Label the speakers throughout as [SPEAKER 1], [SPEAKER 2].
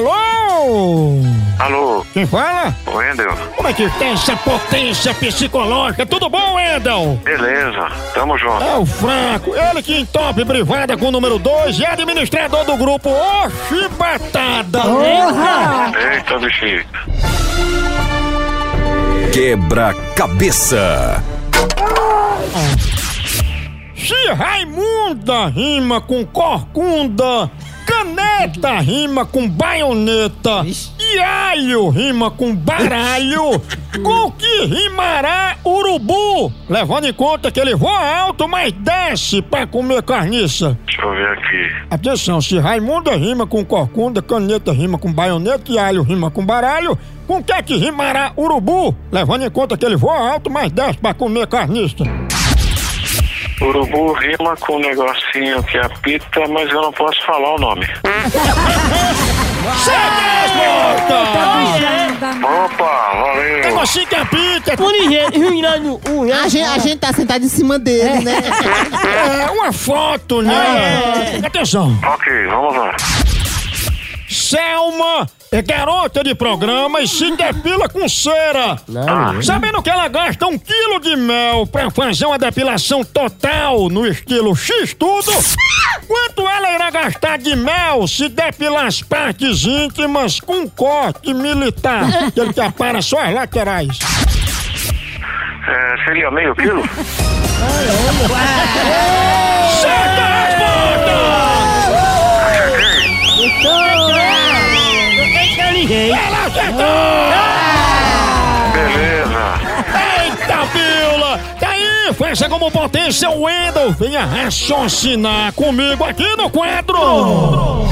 [SPEAKER 1] é quem fala?
[SPEAKER 2] Wendel,
[SPEAKER 1] Como é que tem essa potência psicológica? Tudo bom, Edel?
[SPEAKER 2] beleza, tamo junto.
[SPEAKER 1] É o Franco, ele que entope privada com o número 2 e é administrador do grupo Oxibatada. Porra!
[SPEAKER 2] Eita, bichinho.
[SPEAKER 3] Quebra-cabeça.
[SPEAKER 1] Se Raimunda rima com corcunda, caneta rima com baioneta, e alho rima com baralho, com que rimará urubu? Levando em conta que ele voa alto, mas desce pra comer carniça.
[SPEAKER 2] Deixa eu ver aqui.
[SPEAKER 1] Atenção, se Raimunda rima com corcunda, caneta rima com baioneta e alho rima com baralho, com que é que rimará urubu? Levando em conta que ele voa alto, mas desce pra comer carniça.
[SPEAKER 2] Urubu rima com um negocinho que apita, mas eu não posso falar o nome.
[SPEAKER 1] tá
[SPEAKER 2] Opa, valeu.
[SPEAKER 1] Negocinho É que apita, é
[SPEAKER 4] A gente, a gente tá sentado em cima dele, né?
[SPEAKER 1] É, uma foto, né? Atenção.
[SPEAKER 2] Ok, vamos lá.
[SPEAKER 1] Selma é garota de programa e se depila com cera. Sabendo que ela gasta um quilo de mel pra fazer uma depilação total no estilo X tudo, quanto ela irá gastar de mel se depilar as partes íntimas com corte militar? Que ele te apara só as laterais.
[SPEAKER 2] É, seria meio quilo?
[SPEAKER 1] Certa resposta! Ela acertou!
[SPEAKER 2] Beleza.
[SPEAKER 1] Eita, Bila! Tá aí, fecha como potência o Wendel. Venha raciocinar comigo aqui no quadro.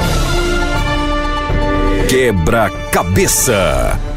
[SPEAKER 3] Quebra-cabeça.